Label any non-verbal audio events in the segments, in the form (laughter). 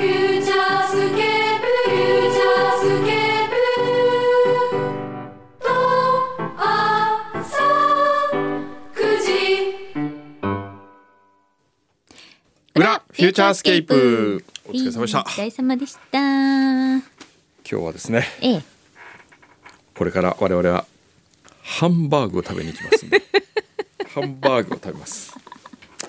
ャースケープフューチャースケープと朝9時裏フューチャースケープお疲れ様でしたお疲れ様でした。え今日はですねえ、これから我々はハンバーグを食べに行きますん (laughs) でハンバーグを食べます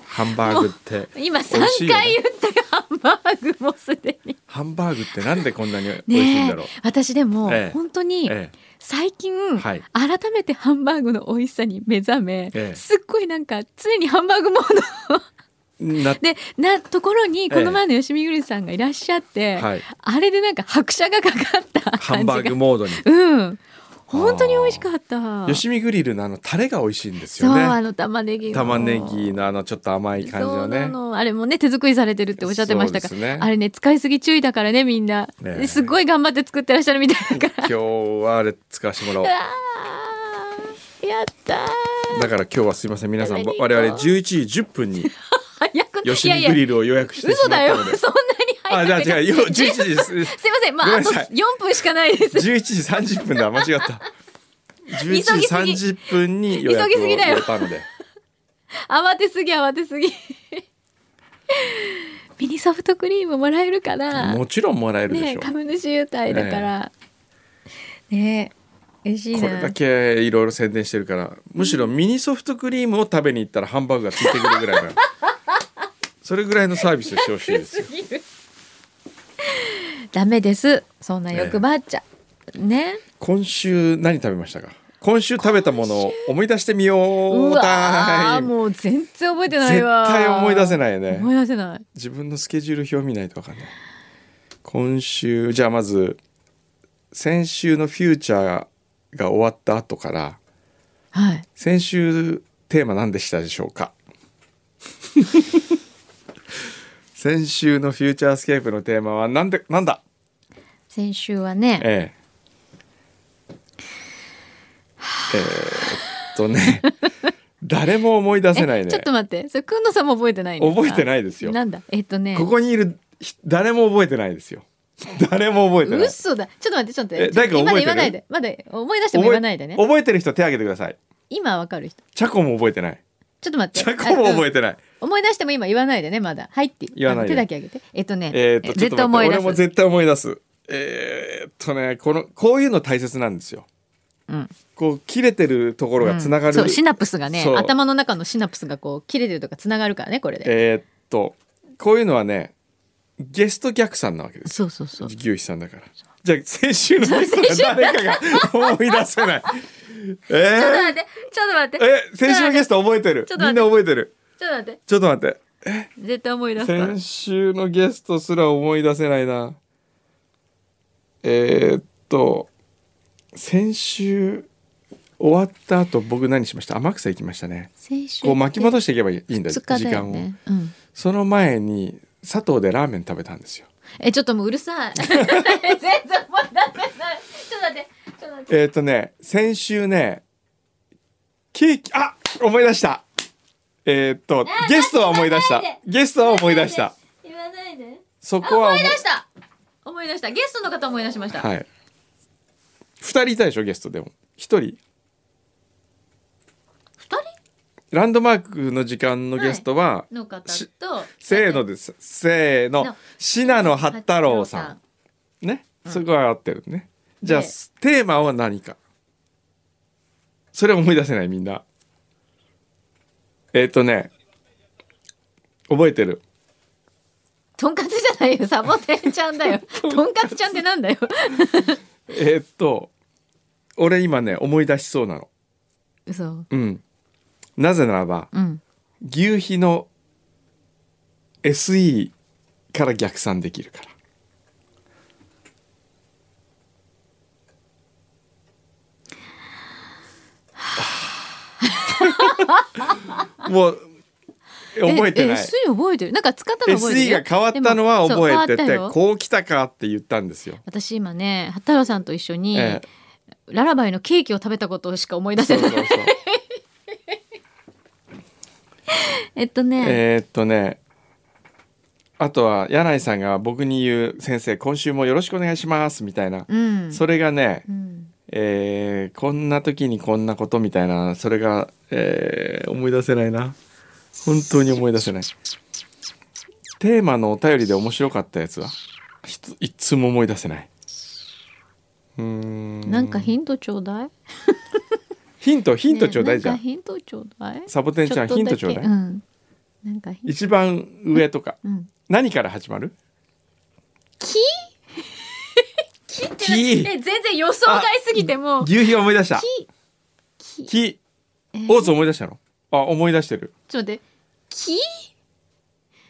ハンバーグって今美三味しいよね回言ったがハンバーグもすでに。ハンバーグってなんでこんなに美味しいんねだろう、え、私でもええ本当にええ最近はい改めてハンバーグの美味しさに目覚えめ、えすっごいなんか常にハンバーグモード (laughs) なでなところにこの前の吉見ぐるさんがいらっしゃってはい、あれでなんか拍車がかかったハ感ンじバーがグ。モードにうん、本当に美味しかった。吉見グリルのあのタレが美味しいんですそうよあねの玉ねぎの玉ねぎのあのちょっと甘い感じそうのなねのあれもね手作りされてるっておっしゃってましたかそら、うですねあれね使いすぎ注意だからねみんな、ねえすごい頑張って作ってらっしゃるみたいだから今日はあれ使わせてもらおうあーやったーだから今日はすいません皆さん食べに行こ我う々11時10分に早く吉い見やグいやリルを予約してし嘘まっだよたそのんなでにあ早くじゃあ違うよ11時ですすいませんまごめああんとなさい4分しかないです11時30分だ間違った11時30分に予約を急ぎすぎだ入よれたので慌てすぎ慌てすぎミニソフトクリームもらえるかなもちろんもらえるでねしょう、株主優待だから、ねえ嬉しいなこれだけいろいろ宣伝してるからむしろミニソフトクリームを食べに行ったらハンバーグがついてくるぐらいなそれぐらいのサービスをしてほしい (laughs) ですよダメですそんな欲張っちゃ、ね今週何食べましたか今週食べたものを思い出してみよううわタイームもう全然覚えてない絶わ対思い出せないよ思ねい出せない自分のスケジュール表見ないとわかんない今週じゃあまず先週の「フューチャー」が終わった後からはい先週テーマ何でしたでしょうか先週の「フューチャースケープ」のテーマは何でなんだ先週はねえええーっとね誰も思い出せないねちょっと待ってそれくんのさんも覚えてないんですか覚えてないですよなんだえっとねここにいるひ誰も覚えてないですよ誰も覚えてない嘘だちょっと待ってちょっと待っえて誰か覚今でえてる言わないでまだ思い出しても覚言えわないでね覚えてる人手挙げてください今わかる人チャコも覚えてないちょっと待ってチャコも覚えて (laughs) てない思い出しても今言わないでねまだはいって言わないで手だけあげてえっとねえーっとちょっ絶と対思待いっ出てす俺も絶対思い出すえーっとねこのこういうの大切なんですようんこう切れてるところがつながうんる、そうシナプスがねそう頭の中のシナプスがこう切れてるとかつながるからねこれで、えーっとこういうのはねゲスト逆算なわけですそうそうそう牛肥さんだからじゃあ先週のゲストが誰かが思い出せ (laughs) ないえちょっとー、待ってちょっと待ってえ先週のゲスト覚えてるちょっとみ待んっな覚てえてるちょっと待ってちょっと待って絶対思い出すから先週のゲストすら思い出せないなえーっと先週終わった後僕何しました天草行きましたね先週こう巻き戻していけばいいんだ2日時だよ間をね、うん、その前に佐藤でラーメン食べたんですよえちょっともうう (laughs) るさい全然思い出せないちょっと待ってちょっと待ってえーっとね先週ねケーキあ思い出したえーっとゲストは思い出した待ってゲストは思い出した言わないでそあこは思思い出した思い出したゲストの方思い出しました、はい2人いたでしょゲストでも1人二ランドマークの時間のゲストは、人の方としせーのですせーのの信濃八太郎さん八太ね、うんそこは合ってるねじゃあでテーマは何かそれ思い出せないみんなえっ、とね覚えてるとんかつじゃないよサボテンちゃん (laughs) だよとんかつちゃんってなんだよえっ、と俺今ね思い出しそうなの嘘うんなぜならばうん牛皮の SE から逆算できるからもう覚えてない SE 覚えてるなんか使ったの覚えて SE るよが変わったのはでもそう覚えて変てわったよこう来たかって言ったんですよ、私今ね八太郎さんと一緒に、ええララバイのケーキを食べたことしか思い出せそうなそういそう (laughs) えっとね、えーっとねあとは柳井さんが僕に言う「先生今週もよろしくお願いします」みたいな、うん。それがね、うん。えーこんな時にこんなことみたいなそれが、えー思い出せないな本当に思い出せないテーマのお便りで面白かったやつはひついつも思い出せないうーんなんかヒントちょうだい。ヒントヒントちょうだいねじゃん,、なんかヒントちょうだい。サボテンちゃんょっとヒだけントちょうだい、うん。なんかヒント。一番上とかうん。何から始まる (laughs) 木木ってな木え全然予想外すぎてもう牛皮思い出した木木木えー大津思い出したのあ思い出してるちょっと待って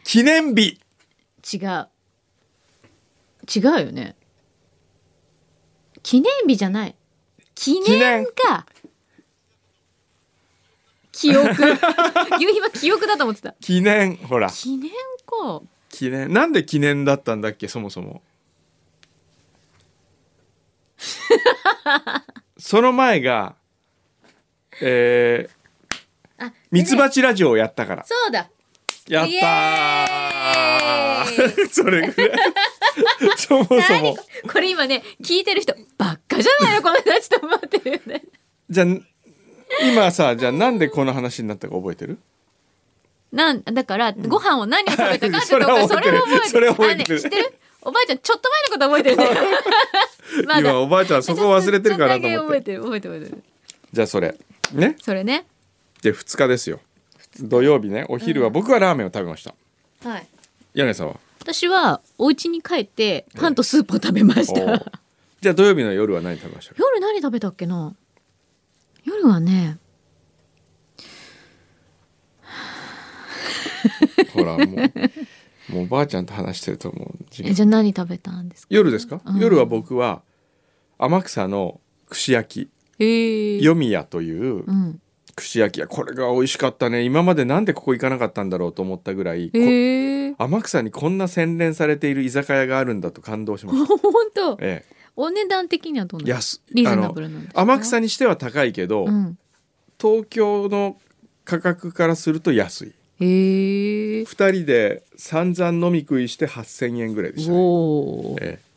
記念日木違う違うよね記念日じゃない記念か記 (laughs) 憶夕日は記憶だと思ってた記念ほら記念か記念なんで記念だったんだっけそもそ (laughs) もその前がえあー、ミツバチラジオをやったからそうだやっイたエー (laughs) それぐらい (laughs) そもそもこれ今ね聞いてる人ばっかじゃないのこの人たちと思ってるよねじゃあ今さじゃあなんでこの話になったか覚えてるなんだからご飯を何を食 (laughs) べたかってとかそそれれはを覚覚えてえてるそれは覚えてるあのね知ってるおばあちゃんちょっと前のこと覚えてるね (laughs) ま今だおばあちゃんそこ忘れてるかなとちょっ思っだけ覚えててる覚えてる覚えてるじゃあそれねそれねで2日ですよ土曜日ねお昼は僕はラーメンを食べました、はい柳井さんは私はお家に帰ってパンとスープを食べましおたーじゃあ土曜日の夜は何食べました (laughs) か夜何食べたっけな夜はねほらもうもうおばあちゃんと話してると思う時間えじゃあ何食べたんですか夜ですか、うん夜は僕は天草の串焼えーきよみやといううん串焼き屋これが美味しかったね今までなんでここ行かなかったんだろうと思ったぐらい、こえー (laughs) 天草にこんな洗練されている居酒屋があるんだと感動しまし (laughs) 本た当えお値段的にはどうえなの安リーあズナのブルなんですか天草にしては高いけど、うん東京の価格からすると安いえー2人で散々飲み食いして8,000円ぐらいでしたね、おーええ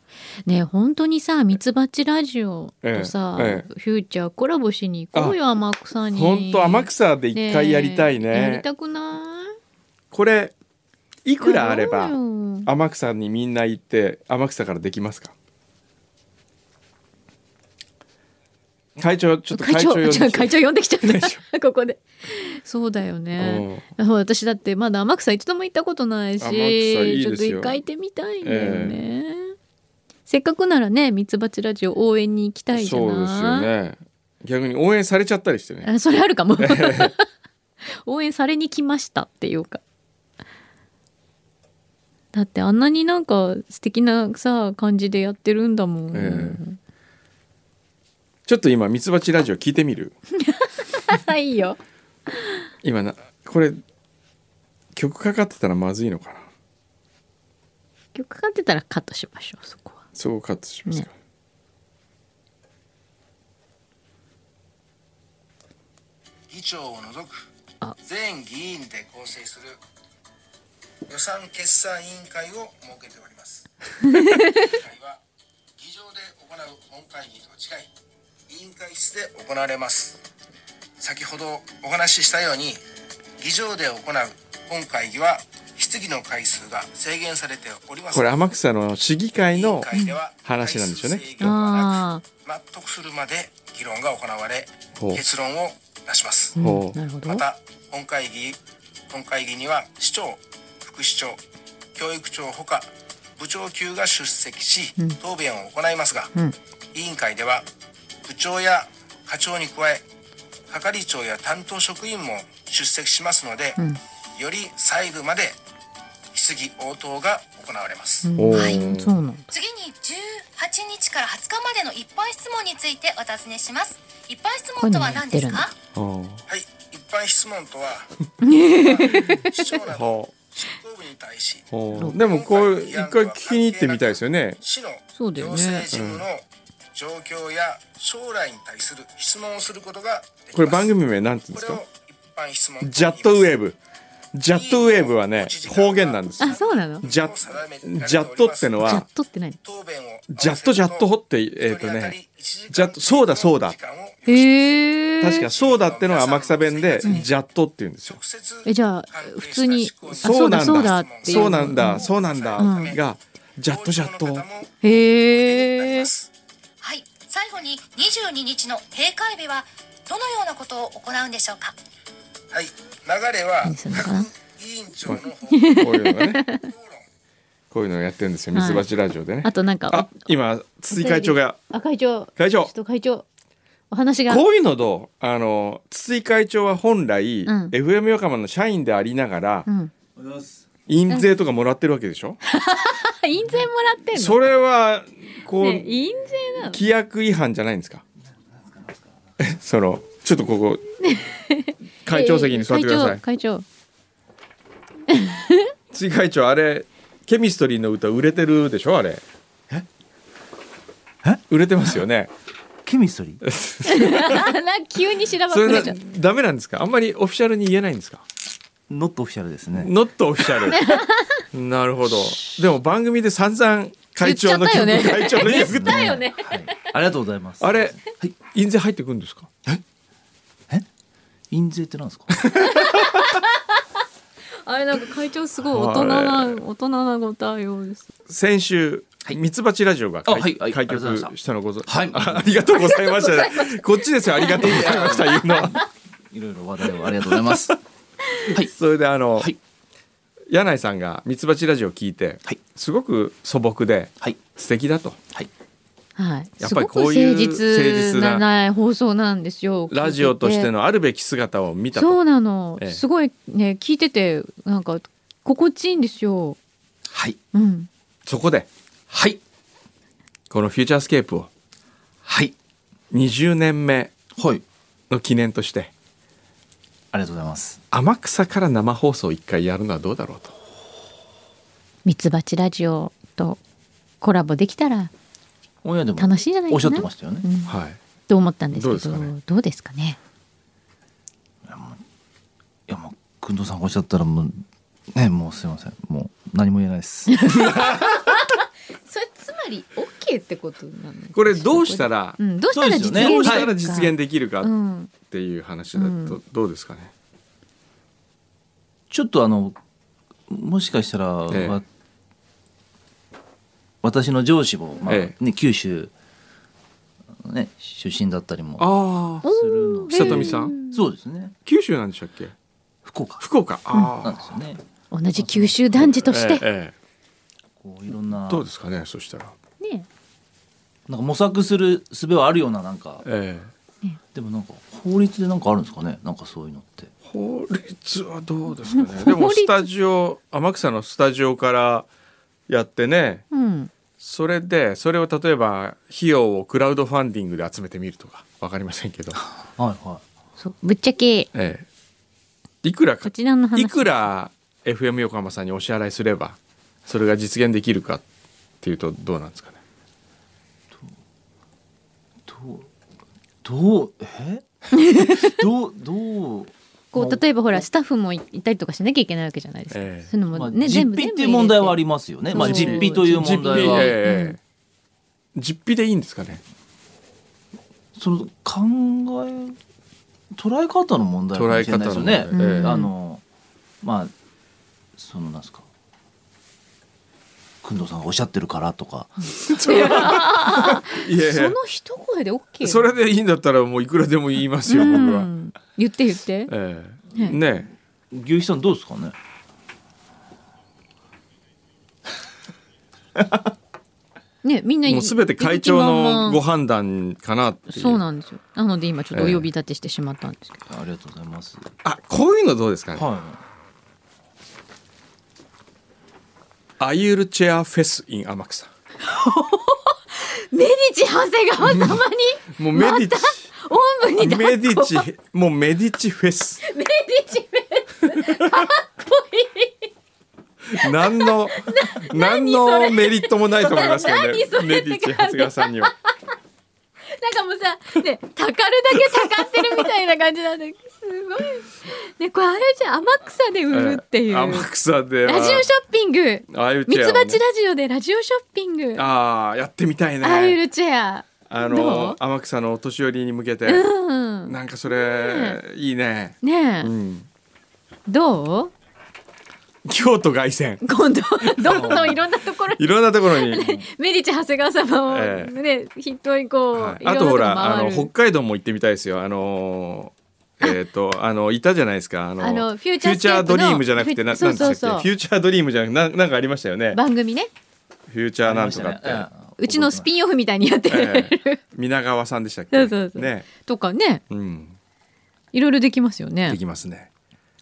ねえ本当にさ「ミツバチラジオ」とさ、えええフューチャーコラボしに行こうよ天草に本当天草で一回やりたいねえやりたくないこれいくらあればやろうよ天草にみんな行って天草からできますか会長ちょっと会会長長会長呼んできて呼んできち大丈ゃった (laughs) ここでそうだよね私だってまだ天草一度も行ったことないし天草いいちょっでとすよ一回行ってみたいんだよね、せっかくならねミツバチラジオ応援に行きうたいんじゃそうないですよね逆に応援されちゃったりしてねあそれあるかも (laughs) 応援されに来ましたっていうかだってあんなになんか素敵なさ感じでやってるんだもん、えちょっと今ミツバチラジオ聞いてみる (laughs) いいよ今なこれ曲かかってたらまずいのかな曲かかってたらカットしましょうそこはそうカットしますか、ね議長を除くあ全議員で構成する予算決算委員会を設けております委員会は議場で行う本会議と違い委員会室で行われます先ほどお話ししたように議場で行う本会議は質疑の回数が制限されておりますこれ天草の市議会の委員会では話なんでしょうね回数制限はなあく納得するまで議論が行われほう結論を出しますあ、うんほうなるほどまた本会議本会議には市長副市長教育長ほか部長級が出席し、答弁を行いますが、ん委員会では部長や課長に加え係長や担当職員も出席しますので、より細部まで質疑応答が行われます、おーそうなんだ次に18日から20日までの一般質問についてお尋ねします一般質問とは何ですかうんはい一般質問 (laughs) とは市長などほう執行部に対しほうでもこう一回聞きに行ってみたいですよね市のそうだよ行ね政事務の状況や将来に対する質問をすることができますこれ番組名なんて言うんこでれすかを一般質問と言いますジャットウェーブジャットウェーブはね方言なんですよあそうなのジャジャットってのジャッはトって何答弁をジャットジャットホってえっ、とねジャットそうだそうだへえ確かそうだってのは天草弁でジャットって言うんですよえじゃあ普通にあそうなんだそうだっていうそうなんだそうなんだ、うんがジャットジャットへえはい、最後に22日の閉会日はどのようなことを行うんでしょうか。はい、流れは何するのかな各委員長の方こういうのがね討論こういうのをやってるんですよはい水橋ラジオでね、あとなんかあ今筒井会長があ会長会長ちょっと会長お話がこういうのどうあの筒井会長は本来、うん FM 横浜の社員でありながら、うん印税とかもらってるわけでしょ、あ印税もらってんのそれはこう、ね印税なの規約違反じゃないんですか (laughs) えそのちょっとこ (laughs) こ会長席に座ってください会長会次会長あれケミストリーの歌売れてるでしょあれえ売れてますよ (laughs) ねケミストリー長あなんか急にしらばっそくれれちゃなうダメなんですかあんまりオフィシャルに言えないんですかノットオフィシャルですね。ノットオフィシャ (laughs) ルなるほどでも番組で散々会長の曲、言っちゃったよね (laughs) 会長の曲ってだよねはい。ありがとうございます。あれはい。印税入ってくるんですか印税ってなんですか。あれなんか会長すごい大人あな大人なご対応です先週、はいミツバチラジオが開,、あはいはい開ありがとうございま局ししたのごぞ、はい (laughs) あありがとうございました。こっち (laughs) ですよ、ありがとうございました、言うの (laughs) は。いろいろ話題をありがとうございます。はい。それで、あの、はい柳井さんがミツバチラジオを聞いて、はいすごく素朴ではい素敵だと。はい。はいやっすぱごりくこういう誠実なない放送なんですよラジオとしてののあるべき姿を見たそとう。なの、ええすごいね聞いててなんか心地いいんですよはい。うんそこで、はい。このフューチャースケープをはい。 20年目はい。の記念として、ありがとうございます。天草から生放送一回やるのはどうだろうと。ミツバチラジオとコラボできたらオンエアでも楽しいんじゃないかなおっしゃってましたよね。うんはい。と思ったんですけどどうですかねどうですかねいやもうくんどうさんがおっしゃったらもうねもうすいませんもう何も言えな (laughs) いです。それつまり OK ってことなのこれどうしたら、うん、どうしたら実現そうですよねどうできるしかたら実現できるかうんっていう話だとどうですかね。ちょっとあのもしかしたら、わええ私の上司もまあ、えね九州ね出身だったりもああ、するので久富さん。そうですね九州なんでしたっけ。福岡福岡。なんであすよね。同じ九州男児とあ。して、えこういろんなえどうですかね、そしたら。ねなんか模索する術はあるようななんかえでもなんか法律でなんかあるんですかねなんかそういうのってえ法律はどうですかね。でもスタジオ、天草のスタジオから。やってね。うんそれで、それを例えば、費用をクラウドファンディングで集めてみるとか。わかりません (laughs) けど。はいはそうぶっちゃけええいくらかこ。ちらの話いくら。FM 横浜さんにお支払いすれば。それが実現できるか。っていうと、どうなんですかね。いどうどうえどうどうこう例えばほらスタッフもいいたりとかしなきゃいけないわけじゃないですか、ええそういうのまもあ、ね、実全部費全っ部ていう問題はあ入れてりますよね。まあ、そう実費という問題実費は、ええ実費でいいんですかね。その考え。捉え方の問題かもしれないですよ捉ねえ。方の問題ええうんあの、まあ、そのなんですか。くんどうさんがおっしゃってるからとか、いやいそやの一声で OK それでいいんだったらもういくらでも言いますよ、う僕は。ん、言って言ってええねねえ牛肥さんどうですかね。ねみんなもうすべて会長のご飯判断かなっていう。そうなんですよなので今ちょっとお呼び立てしてしまったんですけど、ありがとうございます。あこういうのどうですかね。はアユールチェアフェスイン天草。メディチ長谷川様にもうメディチ、おんぶに抱っこメディチもうメディチフェス。メディチメ何の何のメリットもないと思いますけど何そね。れメディチ長谷川さんには。かもうさねたかるだけたかってるみたいな感じなんだけどすごいねこれあれじゃん天草で売るっていう、天草ではラジオショッピングああいうミチェアをねツバチラジオでラジオショッピングああやってみたいねアイルチェアあどのう天草のお年寄りに向けて、うんなんかそれ、いいね、ねえ、うん、どう京都凱旋今度はどんどんいろんなところいにろんなところに、メリチ長谷川様をええね、筆頭にこう、はいいろあんなとこほろらあ回のる北海道も行ってみたいですよあの (laughs) ーえっ、とあのいたじゃないですかあのあのフューチフュャーースチケャーープのドリームじゃなくてなそうそうそうなんでしたっけフューチャードリームじゃなくななんかありましたよね (laughs) 番組ねフューチャーなんとかって、うちのスンピンオフみたいにやってる、 (laughs) ええ皆川さんでしたっけそうそうそうねとかねうんいろいろできますよねできますね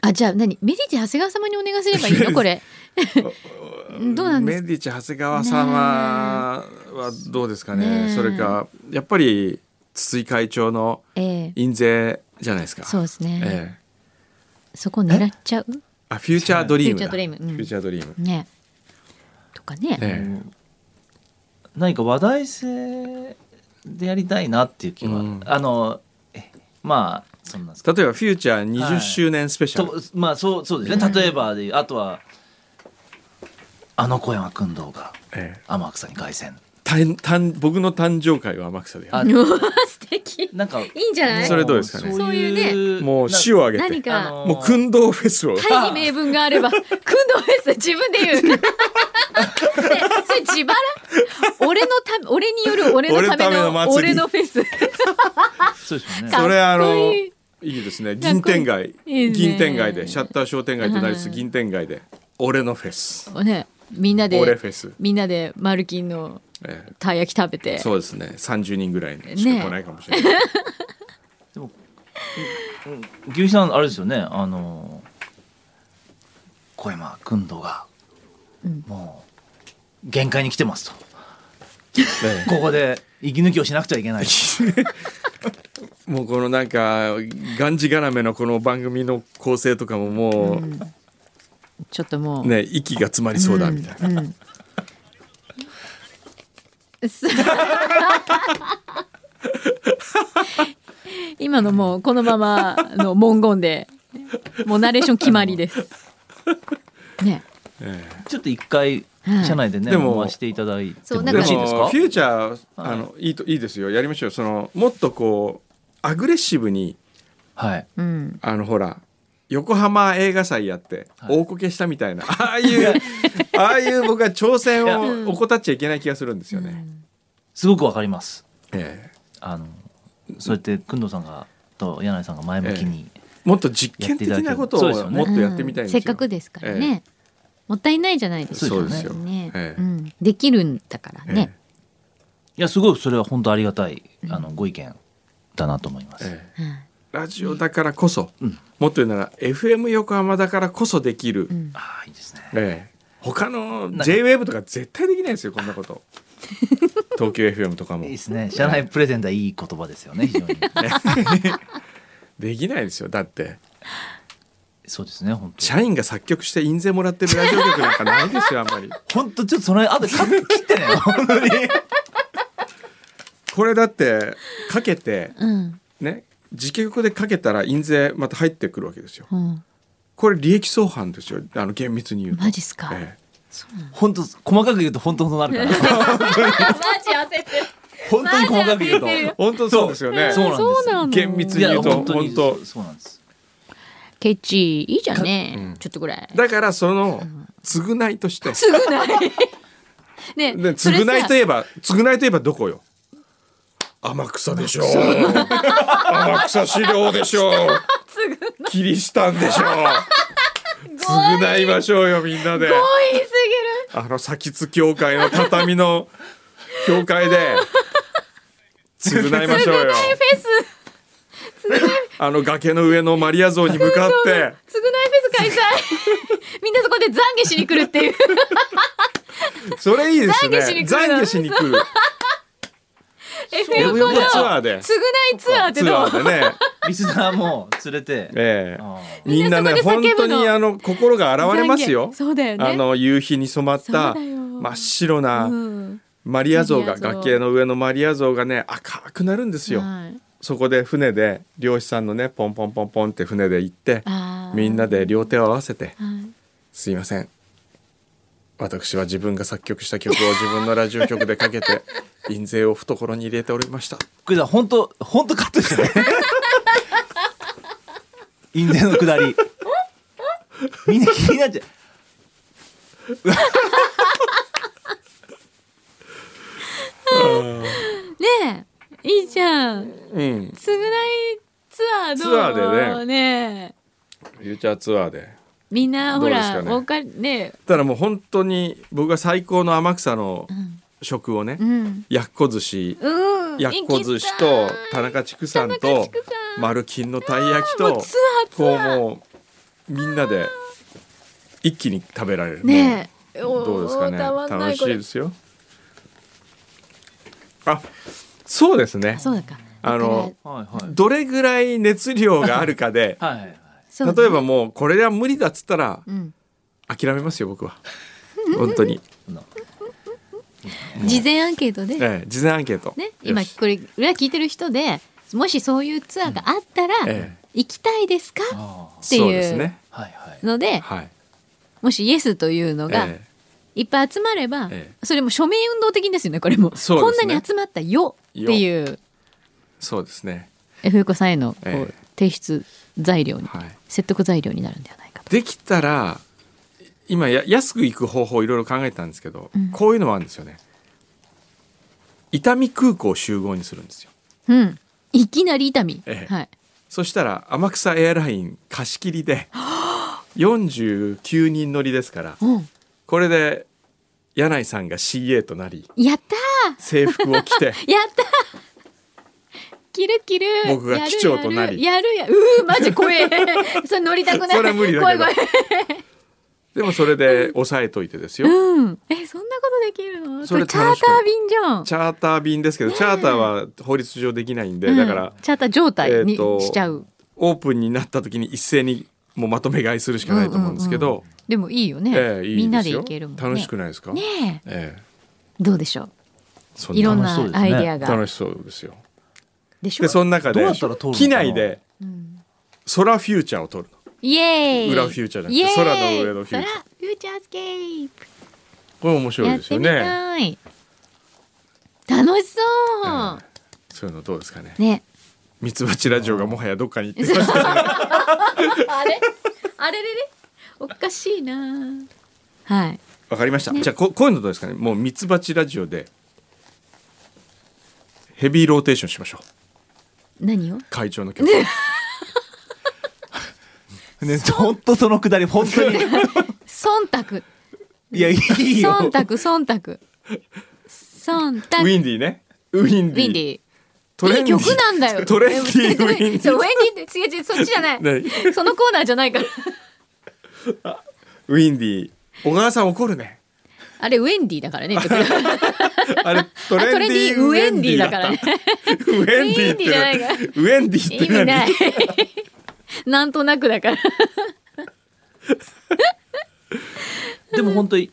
あじゃあ何メリチ長谷川様にお願いすればいい (laughs) のこれどうなんですメディチ長谷川様はどうですかねねえそれかやっぱり筒井会長のええ印税じゃないですかそうですね、ええそこ狙っちゃうあフューチャードリームだフューチャードリームうんフューチャードリームねとかねええ何か話題性でやりたいなっていう気は、うんあのえまあそんなんですか例えばフューチャー20周年スペシャル、とまあそうそうですね、例えばであとはあの小山君堂がええ天草に凱旋たんたん僕の誕生会は天草でやあうわ (laughs) 素敵なんかいいいんじゃないそれどうですかねそういうるもう死を挙げ何てか、あのもう訓導フェスを大義名分が (laughs) あれば、くんどフェス自分で言う。ねそれ自腹俺のた俺による俺のため俺のための祭のり俺のフェス。そうですよねかっこいいそれあのいいですね銀天街いいですね銀天街でシャッター商店街ってなりつつ銀天街で俺のフェスね、みんな俺でフェス、みんなでマルキンのええたい焼き食べて。そうですね30人ぐらいにしか来ないかもしれない、でもうん牛肥さんあれですよねあの小山君堂が、うんもう限界に来てますとえここで息抜きをしなくちゃ (laughs) いけないえもうこのなんかがんじがらめのこの番組の構成とかももうんちょっともう、う。ね息が詰まりそうだみたいな、うんうんす (laughs) 今のもうこのままの文言でもうナレーション決まりです。ね、ええちょっと一回はい社内でね、でも回していただいてそうもなんかよろしいですかフューチャーあのいいといいですよやりましょうそのもっとこうアグレッシブにはいうん、あのほら横浜映画祭やってはい大こけしたみたいな、 (laughs) ああいうああいう僕は挑戦を怠っちゃいけない気がするんですよね。すごくわかりますええあのそうやって工藤さんがと柳井さんが前向きに、もっと実験的なことやっていただをけるもっとやってみたいんですよ。せっかくですからね、もったいないじゃないですか。そうですよねええうん、できるんだからええね。いやすごいそれは本当ありがたいあのご意見だなと思います、ええうんラジオだからこそ、うんもっと言うなら FM 横浜だからこそできる、うんああいいですねええ他のなんか JWAVE とか絶対できないですよこんな (laughs) こと。東京 FM とかもいいですね社内プレゼンではいい言葉ですよね (laughs) 非常にできないですよだってそうですね本当社員が作曲して印税もらってるラジオ局なんかないですよあんまり。本当ちょっとその後カット切って (laughs) ね本当にこれだってかけてうん、ね自局でかけたら印税また入ってくるわけですようん、これ利益相反ですよあの厳密に言うとマジっすか。え本当細かく言うと本当そうなるからマジ焦ってる。 (laughs) 本当に細かく言うとマジ焦ってるよえ本当そうですよねそうなんですよそうなの。厳密いにや言うと本当に本当そうなんですケチいいじゃんね、うんちょっとぐらい。だからその償いとして償い。ね、ねそれさ償いといえば償いといえばどこよ天草でしょう天草資料でしょうキリシタンでしょう償いましょうよみんなで多いすあの先津教会の畳の教会で償いましょうよ。あの崖の上のマリア像に向かってぎる。償いフェス開 (laughs) 催。みんなそこで懺悔しに来るっていう。 (laughs) それいいですね懺悔しに来る懺悔しに来る FM よコードツアーで償いツアーってツどアう。ーでね、リスナーも連れて、ええ、あーみんなねみんなそこ本で叫当ぶのにあの心が現れますよ懺悔そうだよね。あの夕日に染まっそうただよ真っ白な、うんマリア像がマリア像崖の上のマリア像がね赤くなるんですよ、はいそこで船で漁師さんのねポンポンポンポンって船で行ってあーみんなで両手を合わせてはい「すいません私は自分が作曲した曲を自分のラジオ局でかけ (laughs) て印税を懐に入れておりました」福井さん本当本当カット (laughs) してね印税の下りみんな気になっちゃうねえいいじゃうんん償いツアーどうツアーでねえフューチャーツアーで。みんなほらどうおですかねただもう本当に僕が最高の天草のん食をね、うんやっこ寿司うんやっこ寿司と田中畜産と田中畜産丸金のたい焼きもうとツアーツこうアーもうみんなで一気に食べられるねえもうどうですかねおーたまんない楽しこいれですよあそうですねそうだかあのはいはいどれぐらい熱量があるか (laughs) ではいはいはいそうだね例えばもうこれは無理だっつったらうん諦めますよ (laughs) 僕は本当に、事前アンケートでええ、事前アンケートね、よ今しこれ裏聞いてる人でもしそういうツアーがあったら、ええ行きたいですかああていうそうですねはいはいのではいもしイエスというのがえいっぱい集まれば、えそれも署名運動的ですよねこれも、そうこでんすねなに集まったよっていうそうですねふうこさんへのこう、ええ提出材料に、はい説得材料になるんではないかと。できたら今や安く行く方法いろいろ考えたんですけど、んこういうのもあるんですよね伊丹空港集合にするんですようん、いきなり痛み、ええはい、そしたら天草エアライン貸し切り (gasps) で49人乗りですからうん、これで柳井さんが CA となりやった制服を着 (laughs) てーやったーキルキル僕が機長となりやるやるやるうーマジ怖え (laughs) それ乗りたくないそれは無理だけど怖い怖いでもそれで抑えといてですよ、うん。え、そんなことできるのそれチャー楽しくター便じゃん。チャーター便ですけど、チャーターは法律上できないんで、うんだからチャーター状態にえーとしちゃう。オープンになった時に一斉にもうまとめ買いするしかないと思うんですけど、でもいいよね、ええいいですよみんなで行けるもんね。楽しくないですか、ねえ、ええどうでしょそんう。いろん楽しそうでなすねアイデアが楽しそうですよでしょで。その中どうでやったら通るのかな機内でソラフューチャーを撮るのイエーイ。裏フューチャーじゃなくてイエーイ空の上のフューチャー空フューチャースケープ。これ面白やいっですてよみね、たい。楽しそう。ええそういうのどうですかねね。ミツバチラジオがもはやどっかに行って (laughs) ますあれ、あれれれ、おかしいな。はい。わかりました、じゃあここういうのどうですかねもうミツバチラジオでヘビーローテーションしましょう何を？会長 (laughs) の曲ね、本当そのくだり、本 (laughs) 当に。忖度。いや、いいよ。忖度忖度忖ウ度ィンディねウィンウディィンディトレンディいい曲なんだよトレンディウィンデちィょウィンディって違う違うそっちじゃない何そのコーナーじゃないからウィンディ小川さん怒るね (laughs) あれウェンディだからねウあれトレンディウェンディだからねウェンディって何ウェンディじゃないからウェンディ意って何味ない (laughs) なんとなくだからでも本当に、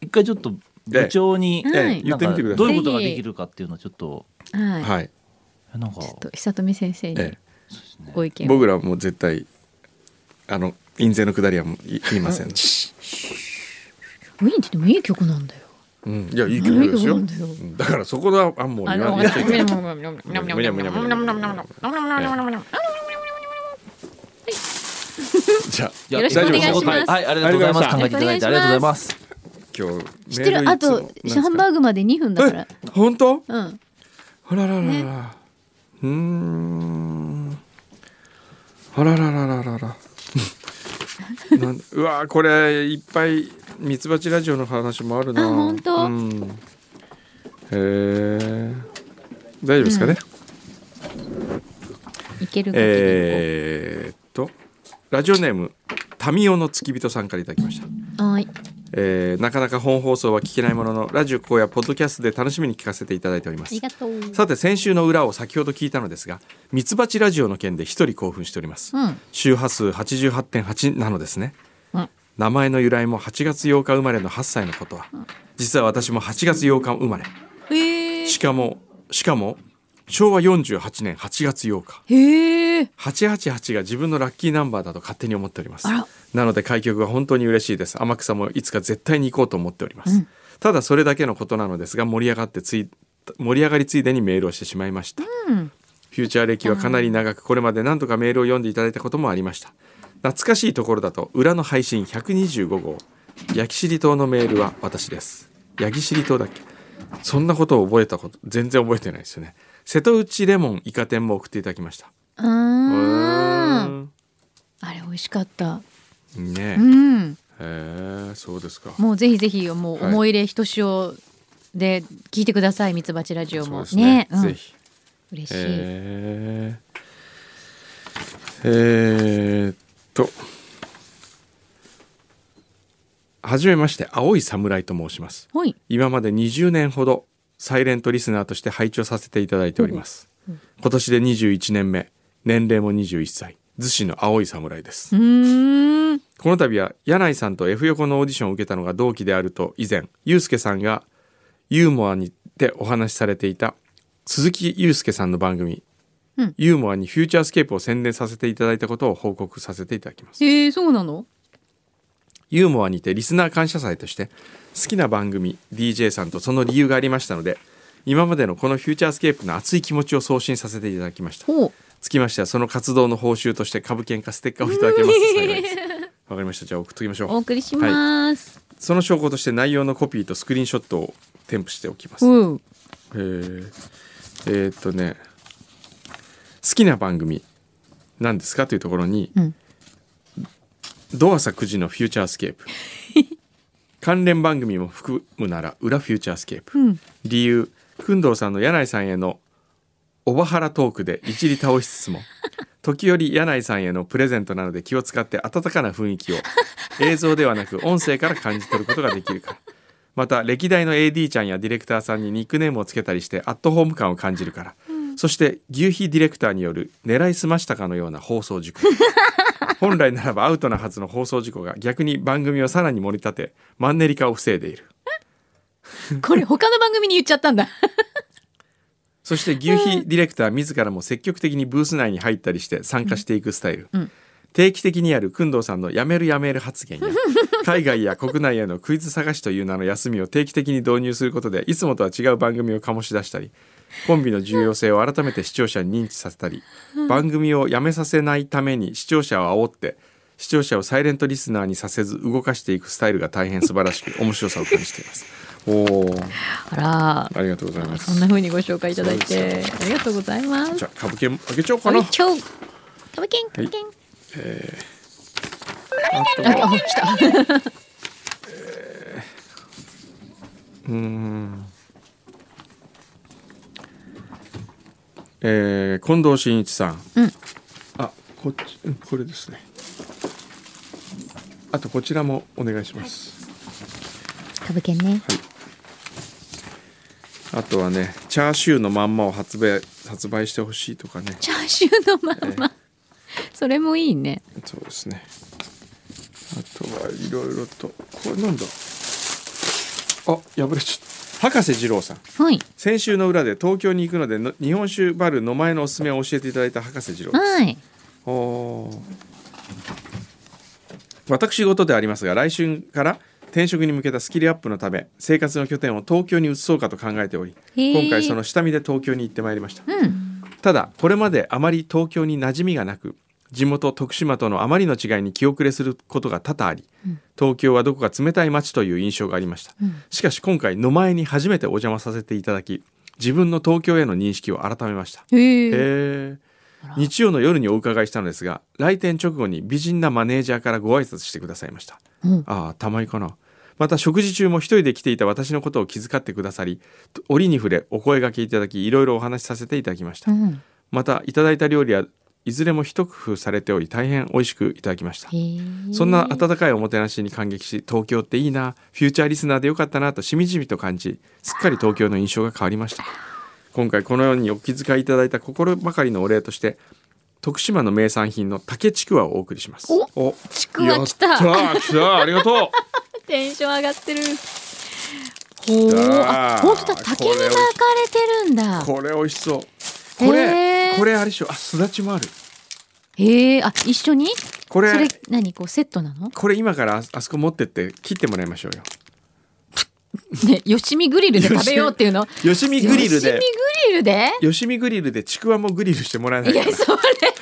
一回ちょっと部長に、えええはえい言ってみてくだどさういうことができるかっていうのをちょっと、いはいはい、なんかちょ、っと久富先生にえご意見え、を僕らはもう絶対あの印税のくだりはもうい言いま (laughs) せん、ウィンディでもいい曲なんだようん、いやいい曲ですよいい曲なんだようんだからそこはあもうあ言のわもないといけないむにゃむにゃむにゃむにゃむにゃむにゃじゃあいやよろしくお願いします大丈夫ではい、ありがとうございます。あ考りえていただいてありがとうございます。今日知ってるあとハンバーグまで2分だからえ本当うんあららららら。うーん。あらららららら。 (laughs) なんうわーこれいっぱいミツバチラジオの話もあるな。あほんとうん、へえ。大丈夫ですかね。いけるかえーっとラジオネームタミオの付き人さんからいただきました。はいえーなかなか本放送は聞けないもののラジオこうやポッドキャストで楽しみに聞かせていただいておりまあすり。がとうさて先週の裏を先ほど聞いたのですがミツバチラジオの件で一人興奮しております、うん周波数88.8なのですね、うん名前の由来も8月8日生まれの8歳のことは、実は私も8月8日生まれしかもしかも昭和48年8月8日へえ。 888が自分のラッキーナンバーだと勝手に思っておりますあらなので開局が本当に嬉しいです天草もいつか絶対に行こうと思っております、うんただそれだけのことなのですが盛り上がってつい盛り上がりついでにメールをしてしまいました、うん。フューチャー歴はかなり長くこれまで何度かメールを読んでいただいたこともありました懐かしいところだと裏の配信125号焼きしり島のメールは私です焼きしり島だっけそんなことを覚えたこと全然覚えてないですよね瀬戸内レモンイカ天も送っていただきましたうーん。うあれ美味しかった。ーんねうえん。へえそうですかもうぜひぜひもうはい思い入れひとしおで聞いてくださいミツバチラジオそうもですねね。うんぜひ嬉しい。えー、えー、っと。はじめまして、青い侍と申します。ほい。今まで20年ほどサイレントリスナーとして配置をさせていただいております。今年で21年目、年齢も21歳、逗子の青い侍です。うーん。この度は柳井さんと F 横のオーディションを受けたのが同期であると以前ユースケさんがユーモアにてお話しされていた鈴木ユースケさんの番組、うんユーモアにフューチャースケープを宣伝させていただいたことを報告させていただきますえー、そうなの？ユーモアにてリスナー感謝祭として好きな番組 DJ さんとその理由がありましたので今までのこのフューチャースケープの熱い気持ちを送信させていただきましたほう。つきましてはその活動の報酬として株券かステッカーをいただけますと幸い (laughs) ですわかりましたじゃあ送っときましょうお送りします。その証拠として内容のコピーとスクリーンショットを添付しておきます。えうん。ーえーっとね好きな番組何ですかというところに、うんドアサ9時のフューチャースケー (laughs) プ関連番組も含むなら裏フューチャースケープ、うん理由工藤さんの柳井さんへのおばはらトークで一理倒しつつ (laughs) も時折柳井さんへのプレゼントなので気を使って温かな雰囲気を映像ではなく音声から感じ取ることができるからまた歴代の AD ちゃんやディレクターさんにニックネームをつけたりしてアットホーム感を感じるから、そして牛皮ディレクターによる狙いすましたかのような放送事故本来ならばアウトなはずの放送事故が逆に番組をさらに盛り立てマンネリ化を防いでいるこれ他の番組に言っちゃったんだ。そして牛皮ディレクター自らも積極的にブース内に入ったりして参加していくスタイル、うんうん定期的にある工藤さんの「やめるやめる」発 (laughs) 言や海外や国内へのクイズ探しという名の休みを定期的に導入することでいつもとは違う番組を醸し出したりコンビの重要性を改めて視聴者に認知させたり番組をやめさせないために視聴者を煽って視聴者をサイレントリスナーにさせず動かしていくスタイルが大変素晴らしく面白さを感じています。おーあら。ありがとうございます (laughs) そんな風にご紹介いただいそうてですありがとうございますじ。ゃあ株券開けちゃおうか食なべちゃう。食べけん、食べけん。あ、あ、来た。うーんえー、近藤真一さん、うんあこっちうんこれですねあとこちらもお願いします、食べけんね。あとはねチャーシューのまんまを発売発売してほしいとかねチャーシューのまんま。それもいいね。そうですねあとはいろいろとこれなんだあ破れちゃった博士二郎さんはい。先週の裏で東京に行くのでの日本酒バルの前のおすすめを教えていただいた博士二郎ですはい。おー私事でありますが来春から転職に向けたスキルアップのため生活の拠点を東京に移そうかと考えておりへー今回その下見で東京に行ってまいりました、うん。ただこれまであまり東京に馴染みがなく地元徳島とのあまりの違いに気遅れすることが多々あり、東京はどこか冷たい街という印象がありました、しかし今回の前に初めてお邪魔させていただき自分の東京への認識を改めましたへえ。へえ日曜の夜にお伺いしたのですが来店直後に美人なマネージャーからご挨拶してくださいました、うんああたまにかなまた食事中も一人で来ていた私のことを気遣ってくださりと折に触れお声掛けいただきいろいろお話しさせていただきました、うん。またいただいた料理はいずれも一工夫されており大変美味しくいただきましたへえ。そんな温かいおもてなしに感激し東京っていいなフューチャーリスナーでよかったなとしみじみと感じすっかり東京の印象が変わりました今回このようにお気遣いいただいた心ばかりのお礼として徳島の名産品の竹ちくわをお送りしますおおちくわ来たやったー来たーありがとうテンション上がってる。ほう。あーあ、本当だ。竹にこれ巻かれてるんだ。これ美味しそうこれ、へーこれあれでしょあすだちもあるへえ。あ、一緒に？これそれ何こうセットなの？これ今からああそこ持ってって切ってもらいましょうよね、よしみグリルで食べようっていうの。よしみグリルでよしみグリルで？よしみグリルでちくわもグリルしてもらえないいやかそれ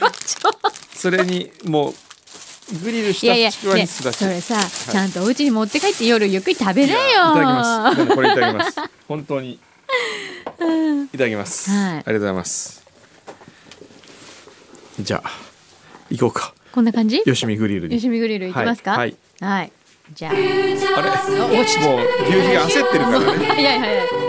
らはちょっと。それにもうグリルしいやいやたちくわねにすだちそれさ、ちゃんとお家に持って帰って夜ゆっくり食べなよ。いただきます。でもこれいただきます。本当に。いただきます。はいありがとうございます。じゃあ行こうか。こんな感じ？よしみグリルに。よしみグリルいきますか？はい。はい。じゃあ。 (laughs) フューチャースケープもう牛皮が焦ってるからね。 (laughs) いやいやいや。